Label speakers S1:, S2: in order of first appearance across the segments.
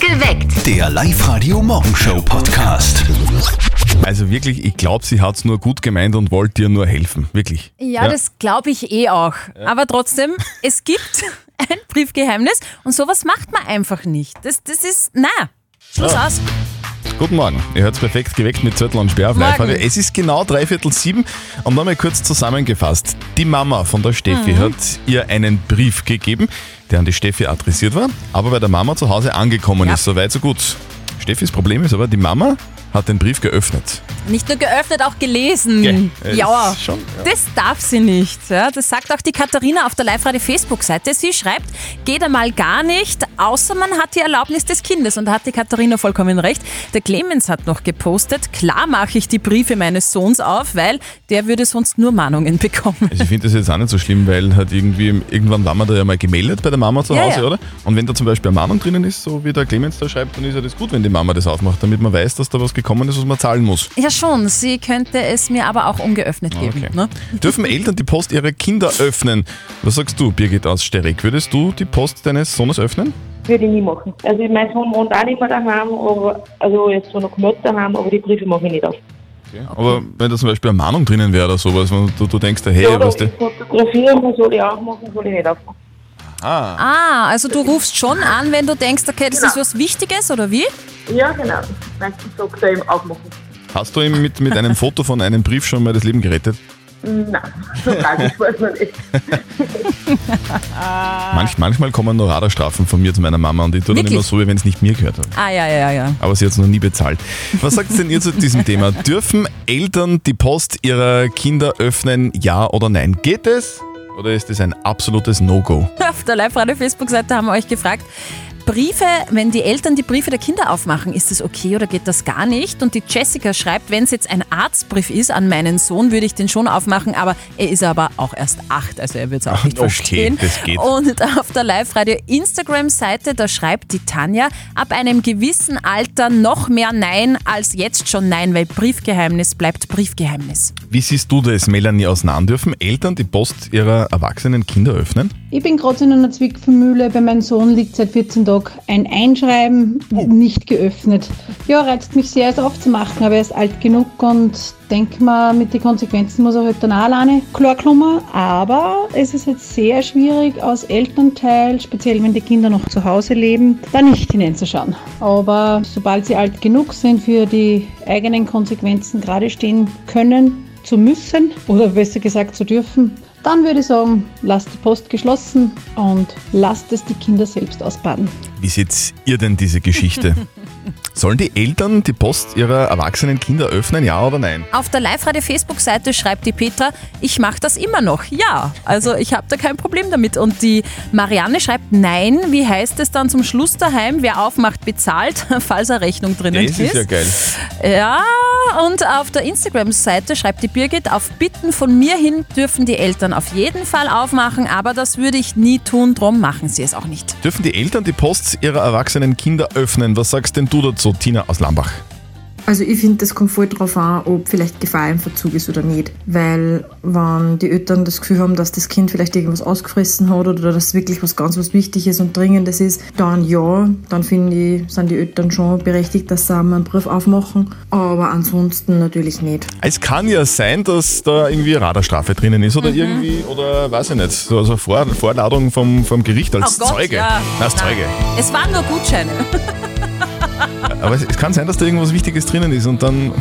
S1: Geweckt.
S2: Der Live-Radio-Morgenshow-Podcast.
S3: Also wirklich, ich glaube, sie hat es nur gut gemeint und wollte dir nur helfen. Wirklich.
S4: Ja, das glaube ich eh auch. Aber trotzdem, es gibt ein Briefgeheimnis und sowas macht man einfach nicht. Das, das ist, na, Schluss aus.
S3: Guten Morgen. Ihr hört es perfekt geweckt mit Zettel und Sperr auf live
S4: Morgen.
S3: Radio. Es ist genau dreiviertel sieben und nochmal kurz zusammengefasst. Die Mama von der
S4: Mhm.
S3: Steffi hat ihr einen Brief gegeben, der an die Steffi adressiert war, aber bei der Mama zu Hause angekommen
S4: Ja.
S3: ist. Soweit, so gut. Steffis Problem ist aber, die Mama hat den Brief geöffnet.
S4: Nicht nur geöffnet, auch gelesen.
S3: Äh,
S4: Mhm. Ja.
S3: ist Schon, ja.
S4: Das darf sie nicht. Ja, das sagt auch die Katharina auf der Live-Radio-Facebook-Seite. Sie schreibt, geht einmal gar nicht, außer man hat die Erlaubnis des Kindes. Und da hat die Katharina vollkommen recht. Der Clemens hat noch gepostet, klar mache ich die Briefe meines Sohns auf, weil der würde sonst nur Mahnungen bekommen.
S3: Also ich finde das jetzt auch nicht so schlimm, weil halt irgendwie, irgendwann war man da ja mal gemeldet bei der Mama zu
S4: Ja,
S3: Hause,
S4: ja.
S3: oder? Und wenn da zum Beispiel eine Mahnung drinnen ist, so wie der Clemens da schreibt, dann ist ja das gut, wenn die Mama das aufmacht, damit man weiß, dass da was gekommen ist, was man zahlen muss.
S4: Ja schon, sie könnte es mir aber auch ungeöffnet geben.
S3: Okay.
S4: Ne?
S3: Dürfen Eltern die Post ihrer Kinder öffnen? Was sagst du, Birgit aus Sterik? Würdest du die Post deines Sohnes öffnen?
S5: Würde ich nie machen. Also mein Sohn wohnt auch nicht mehr daheim, aber, also jetzt so noch gemalt daheim, aber die Briefe mache ich nicht auf.
S3: Aber wenn da zum Beispiel eine Mahnung drinnen wäre oder sowas, und du, du denkst, hey,
S5: oder
S3: was
S5: ich
S3: die,
S5: fotografieren soll ich auch machen, soll ich nicht aufmachen.
S4: Ah, also du rufst schon an, wenn du denkst, okay, das ist was Wichtiges oder wie?
S5: Ja, genau. Meistens sagt er eben aufmachen.
S3: hast du ihm mit, mit einem Foto von einem Brief schon mal das Leben gerettet?
S5: Nein, so tragisch weiß man nicht.
S3: Manch, manchmal kommen nur Radarstrafen von mir zu meiner Mama und ich tue dann
S4: Ah. Wirklich?
S3: immer so, wie wenn es nicht mir gehört hat.
S4: Ah ja, ja, ja.
S3: Aber sie hat es noch nie bezahlt. Was sagt denn ihr zu diesem Thema? Dürfen Eltern die Post ihrer Kinder öffnen? Ja oder nein? Geht es? Oder ist es ein absolutes No-Go?
S4: Auf der Live-Radio-Facebook-Seite haben wir euch gefragt, Briefe, wenn die Eltern die Briefe der Kinder aufmachen, ist das okay oder geht das gar nicht? Und die Jessica schreibt, wenn es jetzt ein Arztbrief ist an meinen Sohn, würde ich den schon aufmachen, aber er ist aber auch erst acht, also er wird es auch nicht
S3: Okay,
S4: verstehen.
S3: das geht.
S4: Und auf der Live-Radio-Instagram-Seite, da schreibt die Tanja, ab einem gewissen Alter noch mehr Nein als jetzt schon Nein, weil Briefgeheimnis bleibt Briefgeheimnis.
S3: Wie siehst du das, Melanie, aus Nahen? Dürfen Eltern die Post ihrer erwachsenen Kinder öffnen?
S6: Ich bin gerade in einer Zwickmühle. Bei meinem Sohn liegt seit 14 Tagen ein Einschreiben nicht geöffnet. Ja, reizt mich sehr, es aufzumachen, aber er ist alt genug und denk mal, mit den Konsequenzen muss er halt dann auch alleine klarkommen. Aber es ist jetzt sehr schwierig, als Elternteil, speziell wenn die Kinder noch zu Hause leben, da nicht hineinzuschauen. Aber sobald sie alt genug sind, für die eigenen Konsequenzen gerade stehen können, zu müssen oder besser gesagt zu dürfen, dann würde ich sagen, lasst die Post geschlossen und lasst es die Kinder selbst ausbaden.
S3: Wie seht ihr denn diese Geschichte? Sollen die Eltern die Post ihrer erwachsenen Kinder öffnen? Ja oder nein?
S4: Auf der Live-Radio-Facebook-Seite schreibt die Petra, ich mache das immer noch. Ja, also ich habe da kein Problem damit. Und die Marianne schreibt, nein, wie heißt es dann zum Schluss daheim? Wer aufmacht, bezahlt, falls eine Rechnung drinnen
S3: Das ist ja geil.
S4: Ja, und auf der Instagram-Seite schreibt die Birgit, auf Bitten von mir hin dürfen die Eltern auf jeden Fall aufmachen, aber das würde ich nie tun, drum machen sie es auch nicht.
S3: Dürfen die Eltern die Post ihrer erwachsenen Kinder öffnen? Was sagst denn du dazu, Tina aus Lambach?
S7: Also ich finde, das kommt voll drauf an, ob vielleicht Gefahr im Verzug ist oder nicht. Weil wenn die Eltern das Gefühl haben, dass das Kind vielleicht irgendwas ausgefressen hat oder dass wirklich was ganz was Wichtiges und Dringendes ist, dann ja, dann finde ich, sind die Eltern schon berechtigt, dass sie einmal einen Brief aufmachen. Aber ansonsten natürlich nicht.
S3: Es kann ja sein, dass da irgendwie Radarstrafe drinnen ist oder
S4: Mhm.
S3: irgendwie, oder weiß ich nicht, so also Vor Vorladung vom, vom Gericht als Zeuge.
S4: Oh ja.
S3: Nein, als Zeuge.
S4: Nein, Es waren nur Gutscheine.
S3: Aber es, es kann sein, dass da irgendwas Wichtiges drinnen ist und dann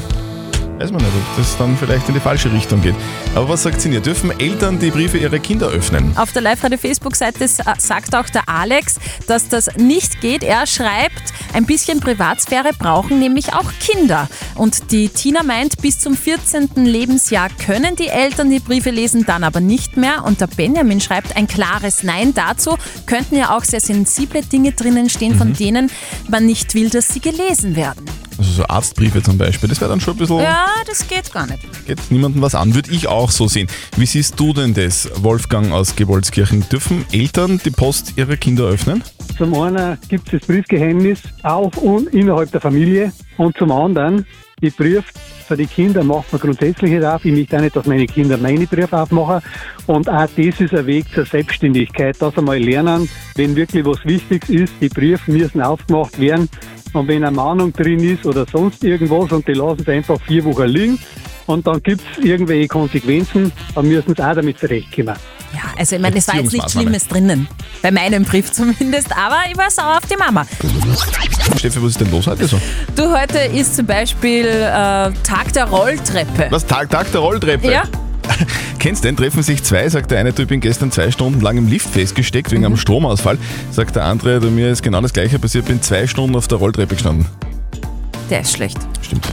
S3: weiß man nicht, ob das dann vielleicht in die falsche Richtung geht. Aber was sagt sie denn? hier? Dürfen Eltern die Briefe ihrer Kinder öffnen?
S4: Auf der Live-Radio-Facebook-Seite sa- sagt auch der Alex, dass das nicht geht. Er schreibt, ein bisschen Privatsphäre brauchen nämlich auch Kinder. Und die Tina meint, bis zum 14. Lebensjahr können die Eltern die Briefe lesen, dann aber nicht mehr. Und der Benjamin schreibt ein klares Nein dazu. Könnten ja auch sehr sensible Dinge drinnen stehen, von denen man nicht will, dass sie gelesen werden.
S3: Also so Arztbriefe zum Beispiel, das wäre dann schon ein bisschen,
S4: Ja, das geht gar nicht.
S3: geht niemandem was an, würde ich auch so sehen. Wie siehst du denn das, Wolfgang aus Gewolzkirchen? Dürfen Eltern die Post ihrer Kinder öffnen?
S8: Zum einen gibt es das Briefgeheimnis auch un innerhalb der Familie und zum anderen
S1: die Prüf für die Kinder macht man grundsätzlich auf. Ich möchte auch nicht, dass meine Kinder meine Prüf aufmachen. Und auch das ist ein Weg zur Selbstständigkeit, dass einmal lernen, wenn wirklich was Wichtiges ist, die Prüfe müssen aufgemacht werden. Und wenn eine Mahnung drin ist oder sonst irgendwas und die lassen es einfach vier Wochen liegen und dann gibt es irgendwelche Konsequenzen, dann müssen sie auch damit zurechtkommen.
S4: Ja, also ich meine, es war jetzt nichts Schlimmes drinnen. Bei meinem Brief zumindest, aber ich war sauer auf die Mama.
S3: Steffi, was ist denn los heute so?
S4: Du, heute ist zum Beispiel äh, Tag der Rolltreppe.
S3: Was, Tag, Tag der Rolltreppe?
S4: Ja.
S3: Kennst denn, treffen sich zwei, sagt der eine Typ, bin gestern zwei Stunden lang im Lift festgesteckt wegen einem Stromausfall. Sagt der andere, du, mir ist genau das gleiche passiert, bin zwei Stunden auf der Rolltreppe gestanden.
S4: Der ist schlecht.
S3: Stimmt.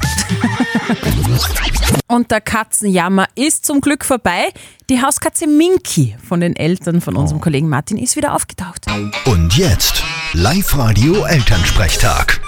S4: Und der Katzenjammer ist zum Glück vorbei. Die Hauskatze Minky von den Eltern von unserem Kollegen Martin ist wieder aufgetaucht.
S2: Und jetzt Live-Radio Elternsprechtag.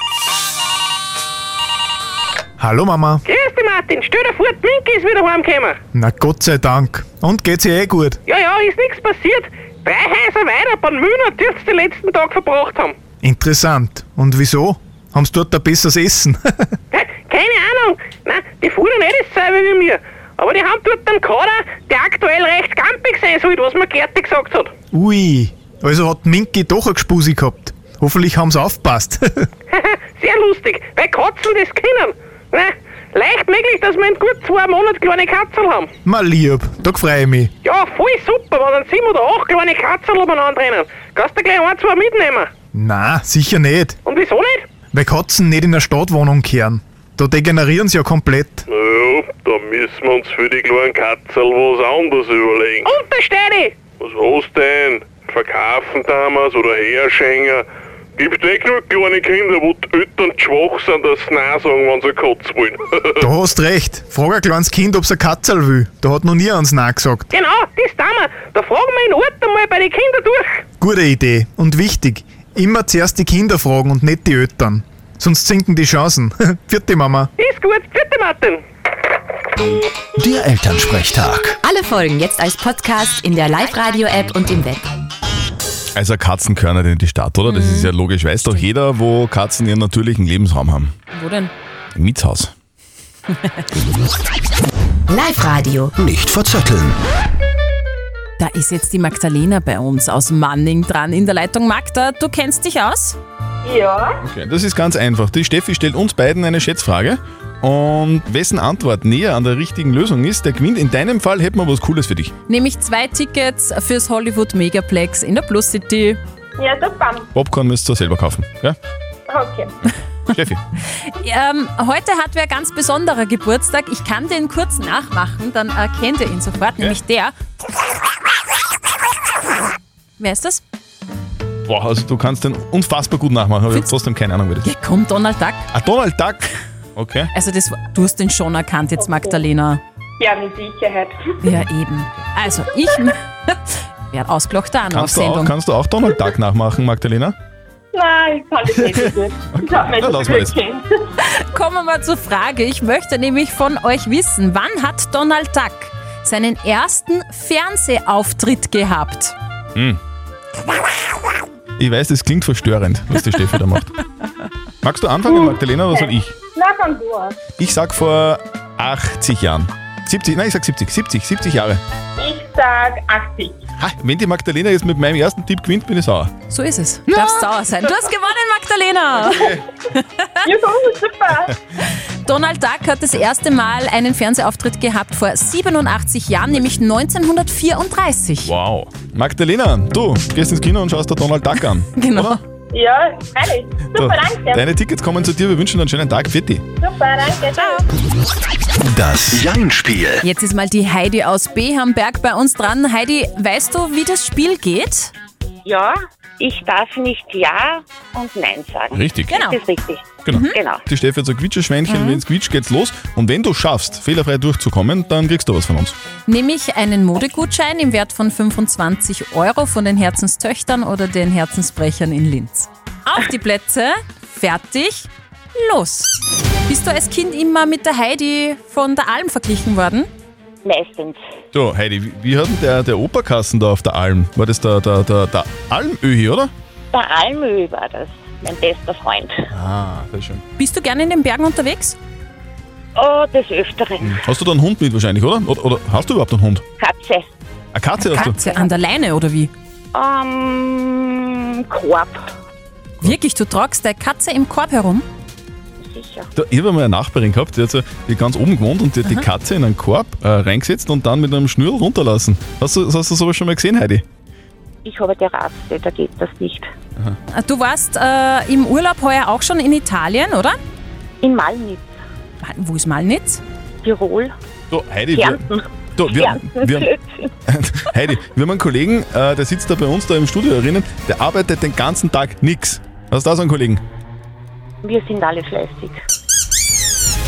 S8: Hallo Mama.
S9: Grüß dich, Martin. Stell dir vor, die Minki ist wieder heimgekommen.
S8: Na Gott sei Dank. Und geht's ihr eh gut?
S9: Ja, ja, ist nichts passiert. Drei Häuser weiter bei Mühner dürft den letzten Tag verbracht haben.
S8: Interessant. Und wieso? Haben's dort ein besseres Essen?
S9: Hä, Keine Ahnung. Nein, die fuhren nicht dasselbe wie mir. Aber die haben dort einen Kader, der aktuell recht gampig sein soll, was mir Gerti gesagt hat.
S8: Ui. Also hat Minky doch eine Gespuse gehabt. Hoffentlich haben's aufgepasst.
S9: Sehr lustig, weil Katzen das können. Nein, leicht möglich, dass wir in gut zwei Monaten kleine Katzen haben.
S8: Mal lieb. Da freu ich mich.
S9: Ja, voll super, wenn dann sieben oder acht kleine Katzen umeinander rennen. Kannst du gleich ein, zwei mitnehmen.
S8: Na, sicher nicht.
S9: Und wieso nicht?
S8: Weil Katzen nicht in der Stadtwohnung kehren. Da degenerieren sie ja komplett.
S10: Naja, da müssen wir uns für die kleinen Katzel was anderes überlegen.
S9: Untersteine!
S10: Was hast denn? Verkaufen damals oder herschenken? Gibt eh genug kleine Kinder, wo die Eltern zu schwach sind, dass sie Nein sagen, wenn sie eine Katze wollen.
S8: Da hast recht. Frag ein kleines Kind, ob's ein Katzel will. Da hat noch nie ans Nein gesagt.
S9: Genau, das tun wir. Da fragen wir in Ort einmal bei den Kindern durch.
S8: Gute Idee. Und wichtig. Immer zuerst die Kinder fragen und nicht die Eltern. Sonst sinken die Chancen. Vierte Mama.
S9: Ist gut. Bitte, Martin.
S2: Der Elternsprechtag.
S11: Alle Folgen jetzt als Podcast in der Live-Radio-App und im Web.
S3: Also Katzenkörner in die Stadt, oder? Das ist ja logisch. Weiß doch jeder, wo Katzen ihren natürlichen Lebensraum haben.
S4: Wo denn?
S3: Im Mietshaus.
S11: Live-Radio.
S2: Nicht verzetteln.
S4: Da ist jetzt die Magdalena bei uns aus Manning dran in der Leitung. Magda, du kennst dich aus?
S5: Ja,
S3: Okay, das ist ganz einfach. Die Steffi stellt uns beiden eine Schätzfrage. Und wessen Antwort näher an der richtigen Lösung ist, der gewinnt. In deinem Fall hätten wir was Cooles für dich.
S4: Nämlich zwei Tickets fürs Hollywood Megaplex in der Plus City.
S5: ja, der Bam.
S3: Popcorn müsst ihr selber kaufen. Ja?
S5: Okay.
S3: Steffi.
S4: Ähm, heute hat wer ganz besonderer Geburtstag. Ich kann den kurz nachmachen, dann erkennt ihr ihn sofort. Nämlich der. Wer ist das?
S3: Boah, also du kannst den unfassbar gut nachmachen, aber ich habe trotzdem keine Ahnung, wer das ist.
S4: Hier kommt Donald Duck.
S3: Ah, Donald Duck. Okay.
S4: Also das, du hast den schon erkannt jetzt, Magdalena.
S5: Ja, mit Sicherheit.
S4: Ja, eben. Also ich werde ausgelocht an auf
S3: Kannst du, auch,
S4: Sendung.
S3: kannst du auch Donald Duck nachmachen, Magdalena?
S5: Nein, ich kann das nicht so gut. Ich hab
S3: dann
S5: mein
S3: lassen wir das.
S5: Glück kennt.
S4: Kommen wir mal zur Frage. Ich möchte nämlich von euch wissen, wann hat Donald Duck seinen ersten Fernsehauftritt gehabt?
S3: Ich weiß, das klingt verstörend, was die Steffi da macht. Magst du anfangen, Magdalena, oder soll ich?
S5: Na, fang du an.
S3: Ich sag vor 80 Jahren. 70, nein, ich sag 70, 70, 70 Jahre.
S5: Ich sag 80.
S3: Ha, wenn die Magdalena jetzt mit meinem ersten Tipp gewinnt, bin ich sauer.
S4: So ist es. Du darfst sauer sein. Du hast gewonnen, Magdalena.
S5: Juhu, super.
S4: Donald Duck hat das erste Mal einen Fernsehauftritt gehabt vor 87 Jahren, nämlich 1934.
S3: Wow. Magdalena, du gehst ins Kino und schaust dir Donald Duck an.
S4: Genau.
S5: Ja, ehrlich.
S3: Du,
S5: Super, danke.
S3: Deine Tickets kommen zu dir, wir wünschen dir einen schönen Tag. Fitti.
S5: Super, danke. Ciao.
S2: Das Jein-Spiel.
S4: Jetzt ist mal die Heidi aus Behamberg bei uns dran. Heidi, weißt du, wie das Spiel geht?
S12: Ja, ich darf nicht Ja und Nein sagen.
S3: Richtig.
S4: Genau.
S12: Das ist richtig.
S3: Genau.
S12: Genau.
S3: Die Steffi hat so ein Quitscheschweinchen, wenn es quitscht, geht's los. Und wenn du schaffst, fehlerfrei durchzukommen, dann kriegst du was von uns.
S4: Nämlich einen Modegutschein im Wert von 25 Euro von den Herzenstöchtern oder den Herzensbrechern in Linz. Auf die Plätze, fertig, los! Bist du als Kind immer mit der Heidi von der Alm verglichen worden?
S12: Meistens.
S3: So, Heidi, wie- wie hat denn der, der Operkassen da auf der Alm? War das der, der, der, der Almöhi, oder?
S12: Der Almö war das, mein bester Freund.
S3: Ah, sehr schön.
S4: Bist du gerne in den Bergen unterwegs?
S12: Oh, des Öfteren.
S3: Hast du da einen Hund mit wahrscheinlich, oder? Oder, oder hast du überhaupt einen Hund?
S12: Katze.
S3: Eine Katze hast
S4: Katze an der Leine oder wie?
S12: Ähm, Korb.
S4: Wirklich, du tragst deine Katze im Korb herum?
S12: Sicher.
S3: du. Da, ich habe mal eine Nachbarin gehabt, die hat so die ganz oben gewohnt und die hat die
S4: Aha.
S3: Katze in einen Korb äh, reingesetzt und dann mit einem Schnürl runterlassen. Hast du, hast du sowas schon mal gesehen, Heidi?
S12: Ich habe Terrasse, da geht das nicht.
S4: Du warst äh, im Urlaub heuer auch schon in Italien, oder?
S12: In Malnitz.
S4: Wo ist Malnitz?
S12: Tirol.
S3: So, Heidi, wir,
S12: Kärnten.
S3: so, wir,
S12: Kärnten.
S3: wir, Heidi, wir haben einen Kollegen, äh, der sitzt da bei uns da im Studio drinnen, der arbeitet den ganzen Tag nix. Hast du da so einen Kollegen?
S12: Wir sind alle fleißig.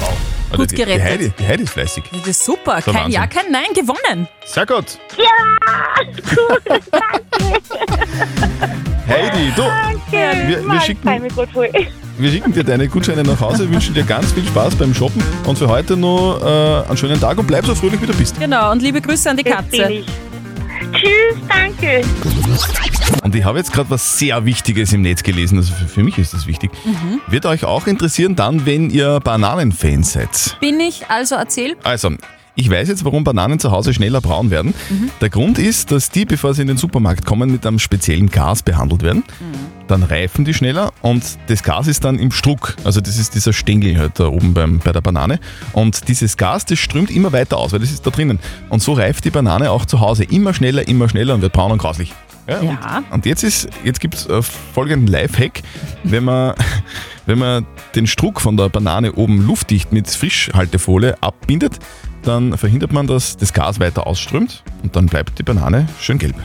S3: Gut Also die,
S4: gerettet.
S3: Die Heidi, die Heidi ist fleißig.
S4: Das ist super.
S3: So
S4: Kein
S3: Wahnsinn.
S4: Ja, kein Nein, gewonnen.
S3: Sehr gut.
S12: Ja!
S3: Heidi, du, wir, wir, schicken, wir schicken dir deine Gutscheine nach Hause, wünschen dir ganz viel Spaß beim Shoppen und für heute nur äh, einen schönen Tag und bleib so fröhlich, wie du bist.
S4: Genau, und liebe Grüße an die Katze.
S12: Tschüss, danke.
S3: Und ich habe jetzt gerade was sehr Wichtiges im Netz gelesen, also für, für mich ist das wichtig.
S4: Mhm.
S3: Wird euch auch interessieren dann, wenn ihr Bananenfans seid.
S4: Bin ich, also erzähl.
S3: Also, ich weiß jetzt, warum Bananen zu Hause schneller braun werden.
S4: Mhm.
S3: Der Grund ist, dass die, bevor sie in den Supermarkt kommen, mit einem speziellen Gas behandelt werden.
S4: Mhm.
S3: Dann reifen die schneller und das Gas ist dann im Struck. Also das ist dieser Stängel halt da oben beim, bei der Banane. Und dieses Gas, das strömt immer weiter aus, weil das ist da drinnen. Und so reift die Banane auch zu Hause immer schneller, immer schneller und wird braun und grauslich. Ja,
S4: Ja.
S3: Und jetzt, ist- jetzt gibt es äh, folgenden Lifehack. Wenn man, wenn man den Struck von der Banane oben luftdicht mit Frischhaltefolie abbindet, dann verhindert man, dass das Gas weiter ausströmt und dann bleibt die Banane schön gelb.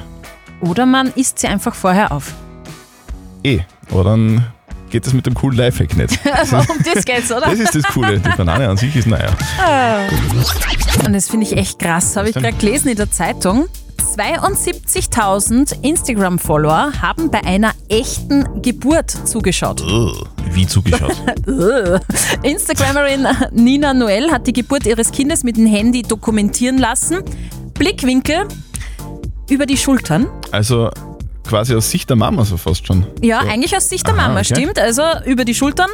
S4: Oder man isst sie einfach vorher auf.
S3: Eh. Aber dann geht das mit dem coolen Lifehack nicht.
S4: um das geht's, oder?
S3: Das ist das Coole. Die Banane an sich ist naja.
S4: Ah. Und das finde ich echt krass. Habe ich
S3: denn?
S4: gerade gelesen in der Zeitung. 72.000 Instagram-Follower haben bei einer echten Geburt zugeschaut.
S3: Wie zugeschaut.
S4: Ugh. Äh. Instagrammerin Nina Noel hat die Geburt ihres Kindes mit dem Handy dokumentieren lassen. Blickwinkel über die Schultern.
S3: Also quasi aus Sicht der Mama so fast schon.
S4: Ja,
S3: so.
S4: eigentlich aus Sicht der
S3: Aha,
S4: Mama,
S3: okay.
S4: stimmt. Also über die Schultern.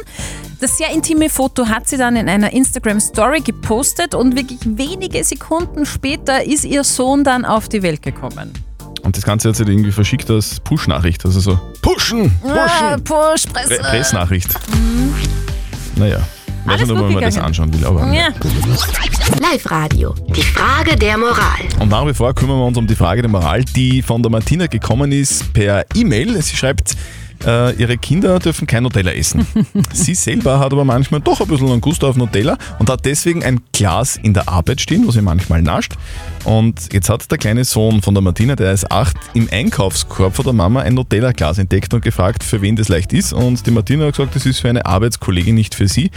S4: Das sehr intime Foto hat sie dann in einer Instagram-Story gepostet und wirklich wenige Sekunden später ist ihr Sohn dann auf die Welt gekommen.
S3: Und das Ganze hat sie irgendwie verschickt als Push-Nachricht. Also so, pushen,
S4: Ah,
S3: pushen.
S4: Push,
S3: Pre
S4: Presse.
S3: Pressnachricht. Naja, weiß
S4: äh, Mhm. Alles
S3: nicht, ob
S4: gut
S3: man das
S4: gegangen.
S3: anschauen will. Aber
S4: Ja.
S11: Live Radio. Die Frage der Moral.
S3: Und nach wie vor kümmern wir uns um die Frage der Moral, die von der Martina gekommen ist per E-Mail. Sie schreibt, äh, ihre Kinder dürfen kein Nutella essen. Sie selber hat aber manchmal doch ein bisschen einen Gusto auf Nutella und hat deswegen ein Glas in der Arbeit stehen, wo sie manchmal nascht. Und jetzt hat der kleine Sohn von der Martina, der ist acht, im Einkaufskorb von der Mama ein Nutella-Glas entdeckt und gefragt, für wen das leicht ist. Und die Martina hat gesagt, das ist für eine Arbeitskollegin, nicht für sie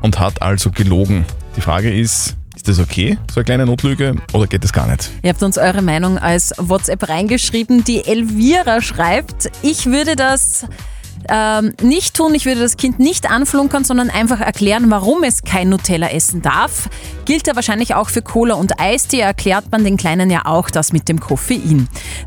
S3: und hat also gelogen. Die Frage ist, ist das okay, so eine kleine Notlüge, oder geht das gar nicht?
S4: Ihr habt uns eure Meinung als WhatsApp reingeschrieben. Die Elvira schreibt, ich würde das ähm, nicht tun, ich würde das Kind nicht anflunkern, sondern einfach erklären, warum es kein Nutella essen darf. Gilt ja wahrscheinlich auch für Cola und Eistee, erklärt man den Kleinen ja auch das mit dem Koffein.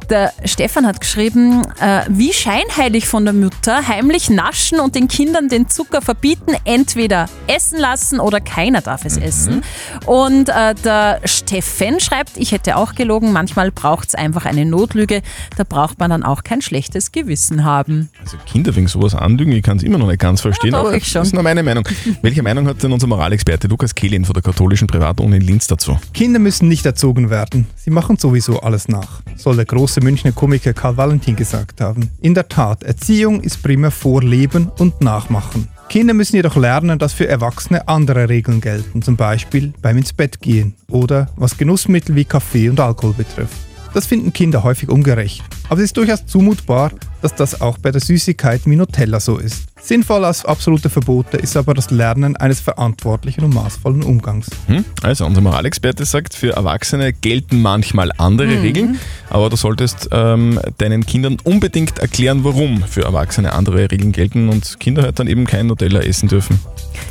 S4: Der Stefan hat geschrieben, äh, wie scheinheilig von der Mutter, heimlich naschen und den Kindern den Zucker verbieten, entweder essen lassen oder keiner darf es essen. Und äh, der Steffen schreibt, ich hätte auch gelogen, manchmal braucht es einfach eine Notlüge, da braucht man dann auch kein schlechtes Gewissen haben.
S3: Also Kinder wegen sowas anlügen, ich kann es immer noch nicht ganz verstehen,
S4: doch,
S3: aber
S4: ich schon.
S3: das ist nur meine Meinung. Welche Meinung hat denn unser Moralexperte Lukas Kehlin von der katholischen Privatuni Linz dazu?
S13: Kinder müssen nicht erzogen werden. Sie machen sowieso alles nach, soll der große Münchner Komiker Karl Valentin gesagt haben. In der Tat, Erziehung ist primär Vorleben und Nachmachen. Kinder müssen jedoch lernen, dass für Erwachsene andere Regeln gelten, zum Beispiel beim ins Bett gehen oder was Genussmittel wie Kaffee und Alkohol betrifft. Das finden Kinder häufig ungerecht. Aber es ist durchaus zumutbar, dass das auch bei der Süßigkeit wie Nutella so ist. Sinnvoll als absolute Verbote ist aber das Lernen eines verantwortlichen und maßvollen Umgangs.
S3: Hm? Also unser Moralexperte sagt, für Erwachsene gelten manchmal andere
S13: Mhm.
S3: Regeln, aber du solltest ähm, deinen Kindern unbedingt erklären, warum für Erwachsene andere Regeln gelten und Kinder halt dann eben kein Nutella essen dürfen.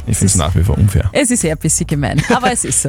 S3: Ich finde es nach wie vor unfair.
S4: Es ist sehr bisschen gemein, aber es ist so.